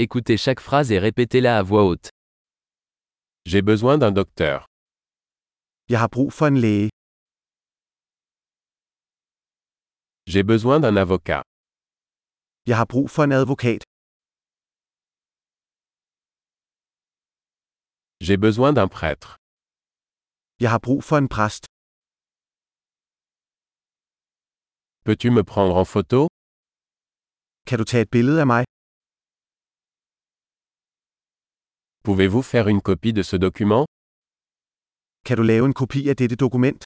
Écoutez chaque phrase et répétez-la à voix haute. J'ai besoin d'un docteur. Jeg har brug for en læge. J'ai besoin d'un avocat. Jeg har brug for en advokat. J'ai besoin d'un prêtre. Jeg har brug for en præst. Peux-tu me prendre en photo? Kan du tage et billede af mig? Pouvez-vous faire une copie de ce document? Kan du lave en kopi af dette dokument?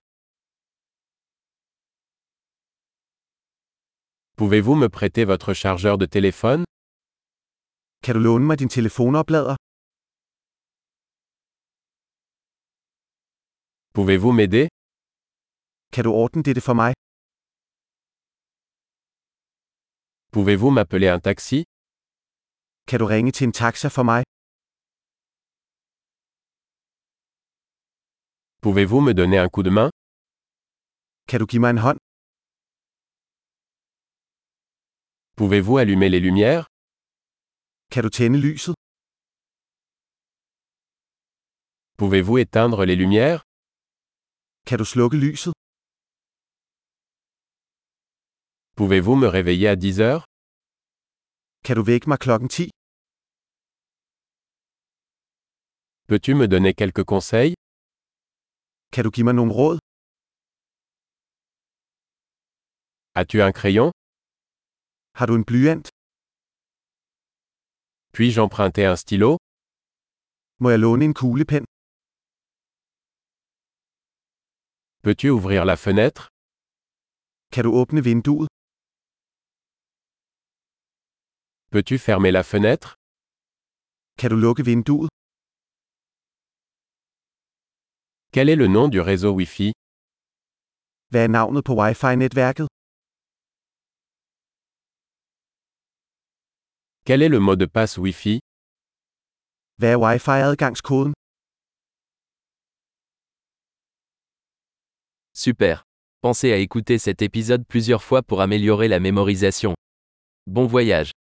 Pouvez-vous me prêter votre chargeur de téléphone? Kan du låne mig din telefonoplader? Pouvez-vous m'aider? Kan du ordne dette for mig? Pouvez-vous m'appeler un taxi? Kan du ringe til en taxa for mig? Pouvez-vous me donner un coup de main? Kan du give mig en hånd? Pouvez-vous allumer les lumières? Kan du tænde lyset? Pouvez-vous éteindre les lumières? Kan du slukke lyset? Pouvez-vous me réveiller à 10 heures? Kan du vække mig klokken 10? Peux-tu me donner quelques conseils? Kan du give mig nogle råd? As-tu un crayon? Har du en blyant? Puis-je emprunter un stylo? Må jeg låne en kuglepen? Peux-tu ouvrir la fenêtre? Kan du åbne vinduet? Peux-tu fermer la fenêtre? Kan du lukke vinduet? Quel est le nom du réseau Wi-Fi? Hvad er navnet på wifi-netværket? Quel est le mot de passe Wi-Fi? Hvad er wifi-adgangskoden? Super. Pensez à écouter cet épisode plusieurs fois pour améliorer la mémorisation. Bon voyage.